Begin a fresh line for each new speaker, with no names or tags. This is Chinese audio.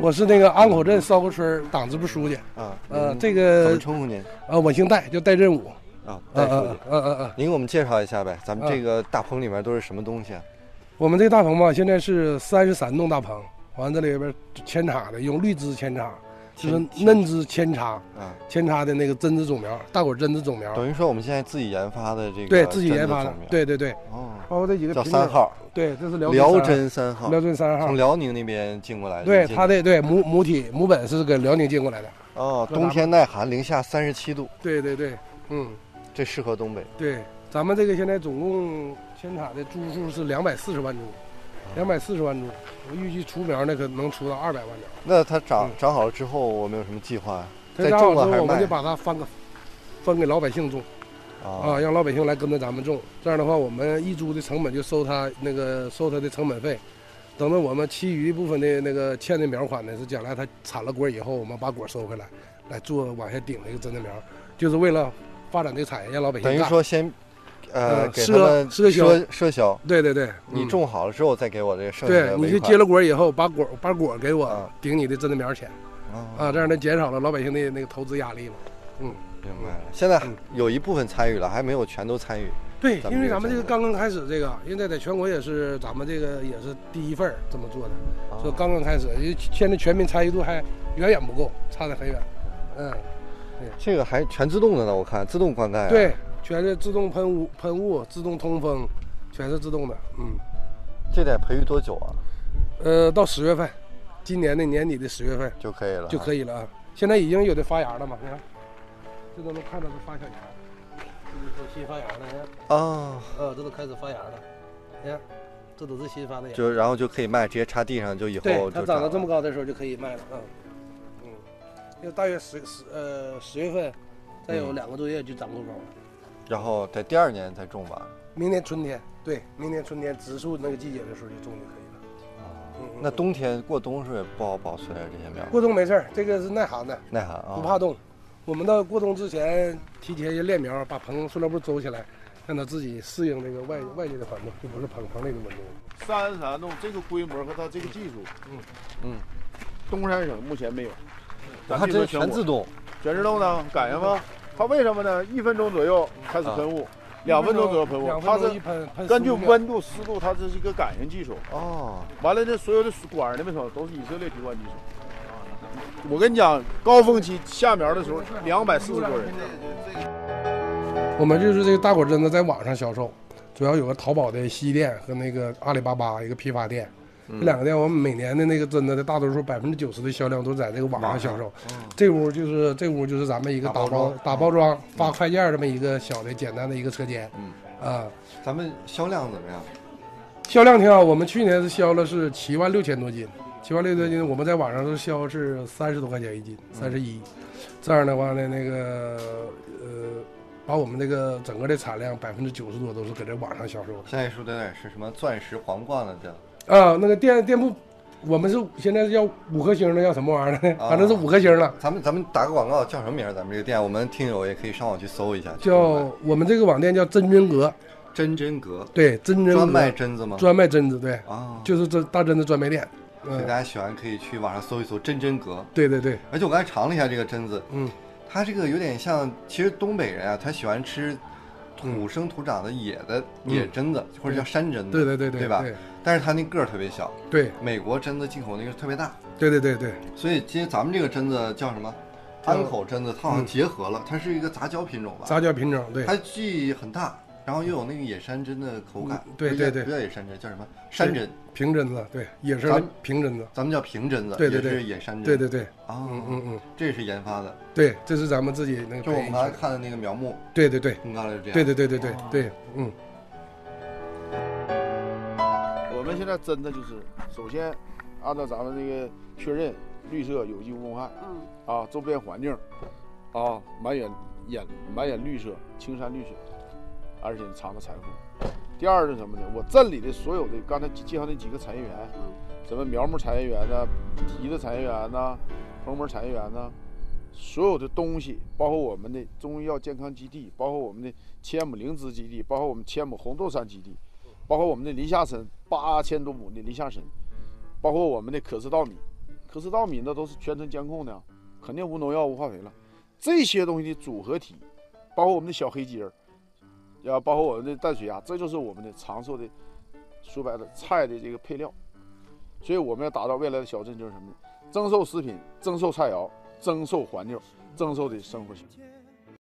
我是那个安口镇烧锅村党支部书记，
啊，
呃，
您
这
怎
个
么称呼您
呃，我姓戴，叫戴振武，
啊？
呃
戴书
呃
记，
呃呃呃，
您给我们介绍一下呗，咱们
啊
这个大棚里面都是什么东西啊？
我们这大棚吧，现在是三十三栋大棚，完这里边扦插的，用绿枝扦插，就是
扦扦
嫩枝扦插，
啊，
扦插的那个榛子种苗，大果榛子种苗，
等于说我们现在自己研发的这个
对自己
榛子
研发的
种苗，
对对对，
哦，
包括这几个
叫
品
三
种，
号
对，这是辽
辽
榛
真三号
三，，辽榛三号
从，辽宁那边进过来的。
对，
引进
它的对母母体母本是搁辽宁进过来的，
哦，
搁咱
冬
们
天耐寒，零下三十七度，
对对对，嗯。
这适合东北。
对，咱们这个现在总共牵塔的株数是两百四十万株，
啊
两百四十万株，我预计出苗呢可能出到二百万苗。
那它长
嗯
长好了之后，我们有什么计划呀？啊
它
再
长
种
好之
了还
后，
是
我们
卖
就把它分个分给老百姓种啊，
啊，
让老百姓来跟着咱们种。这样的话，我们一株的成本就收它那个收它的成本费。等到我们其余部分的那个欠的苗款呢，是将来它产了果以后，我们把果收回来，来做往下顶这个真的苗，就是为了发展这个产业，让老百姓
等于
干。
说先，呃，
嗯
给他
赊
们
赊销
赊赊销，
对对对，
你
嗯
种好了之后再给我这个剩下
对
的，
你
尾
就结
款。哦
了果以后，把果把果给我
啊
顶你的真的苗钱
啊，
啊，这样能减少了老百姓的那个投资压力嘛。
明白了。现在
嗯
有一部分参与了，还没有全都参与。
对，
咱们
因为
这个
咱们这个
政策
刚刚开始这个，现在在全国也是咱们这个也是第一份儿这么做的，
啊
所以刚刚开始，因为现在全民参与度还远远不够，差得很远。嗯，
这个还全自动的呢，我看自动灌溉啊。
对，全是自动喷雾、喷雾、自动通风，全是自动的。嗯，
这得培育多久啊
呃，到十月份，今年的年底的十月份
就可以了？
就可
以。
以了啊。现在已经有的发芽了嘛，你看，这都能看到它发小芽，这都新发芽了。你看
啊，
啊，这都开始发芽了，你看，这都是新发的芽。
就然后就可以卖，直接插地上就以
对
后，
它
就
长到
了
这么高的时候就可以卖了，嗯，嗯，就大约十十呃十月份，再有
嗯
两个多月就长够高了。
然后在第二年再种吧。
明年春天，对，明年春天植树那个季节的时候就种就可以了。嗯嗯
那冬天过冬是不好保存啊，这些苗
过冬没事儿，这个是耐寒的，
耐寒啊，
不怕冻。我们到过冬之前提前先练苗，把棚塑料布周起来，让它自己适应这个外外界的环境，就不是棚棚内的温度。
三十三弄这个规模和它这个技术，
嗯
嗯，
东山省目前没有，咱
它
这
这
边
全
全
自
自
动，
全自动的，赶上吗？它为什么呢？一分钟左右开始喷雾，两分钟左右喷雾
啊两，
它
分钟一
是
喷，喷
根据
15秒
温度、湿度，它这是一个感应技术。
哦，
完了，这所有的管儿那边瞅都是以色列提供技术。我跟你讲，高峰期下苗的时候，两百四十多人。
我们就是这个大果榛子在网上销售，主要有个淘宝的西店和那个阿里巴巴一个批发店。
嗯
这两个店，我们每年的那个榛子的大多数百分之九十的销量都在这个网上销售。
嗯
这屋就是这屋就是咱们一个
打包
打包
装
打包装发快件儿这么一个小的简单的一个车间。嗯啊，
咱们销量怎么样？
销量挺好。我们去年是销了是七万六千多斤，七万六千多斤，我们在网上是销是三十多块钱一斤，
嗯
三十一。这样的话呢，那个呃，把我们这个整个的产量百分之九十多都是搁这网上销售
现在说的有点是什么钻石皇冠了这，
的啊。那个店店铺，我们是现在要五颗星的，要什么玩意儿呢？
啊
反正是五颗星了。
咱们咱们打个广告，叫什么名儿？咱们这个店，我们听友也可以上网去搜一下，去
叫我们这个网店叫真真阁，
真真阁，
对，真真阁
专卖榛子吗？
专卖榛子，对，
啊，
就是这大榛子专卖店。
所以大
嗯，
家喜欢可以去网上搜一搜真真阁。
对对对，
而且我刚才尝了一下这个榛子，
嗯，
它这个有点像，其实东北人啊，他喜欢吃土生土长的野的、野榛子，或者叫山榛子，
嗯对对对对
嗯对吧？
对
但是它那个儿特别小，
对
美国榛子进口那个特别大，
对对对对。
所以其实咱们这个榛子叫什么？
叫嗯
安口榛子，它好像结合了，它是一个杂交品种吧？
杂交品种，对，
它既很大，然后又有那个野山榛的口感。
嗯对
不是野
对对
不叫野山榛，叫什么山榛？
平榛子，对，野生
咱
的
们
平榛子，
咱们叫平榛子，
对对对
也是野山榛。
对对对，
啊，
嗯嗯嗯，
这是研发的，
对，这是咱们自己那个
就是我
培育
们
出
刚
来
才
的，
看的那个苗木，
对对对，
你刚才是这样。
对对对对对对，
哦
嗯，
我们现在真的就是，首先按照咱们那个确认，绿色、有机、无公害
嗯，
啊，周边环境啊，满眼眼满眼绿色，青山绿水，而且藏着财富。第二是什么呢？我镇里的所有的刚才介绍那几个产业园，什么苗木产业园呐、提子产业园呐、红门产业园呐，所有的东西，包括我们的中医药健康基地，包括我们的千亩灵芝基地，包括我们千亩红豆杉基地，包括我们的林下参八千多亩的林下参，包括我们的可氏稻米、可是稻米那都是全程监控的，啊肯定无农药、无化肥了。这些东西的组合体，包括我们的小黑鸡儿，啊，包括我们的淡水鸭，这就是我们的长寿的，说白了菜的这个配料。所以我们要打造未来的小镇就是什么呢？增寿食品，增寿菜肴，增寿环境，增寿的生活形态。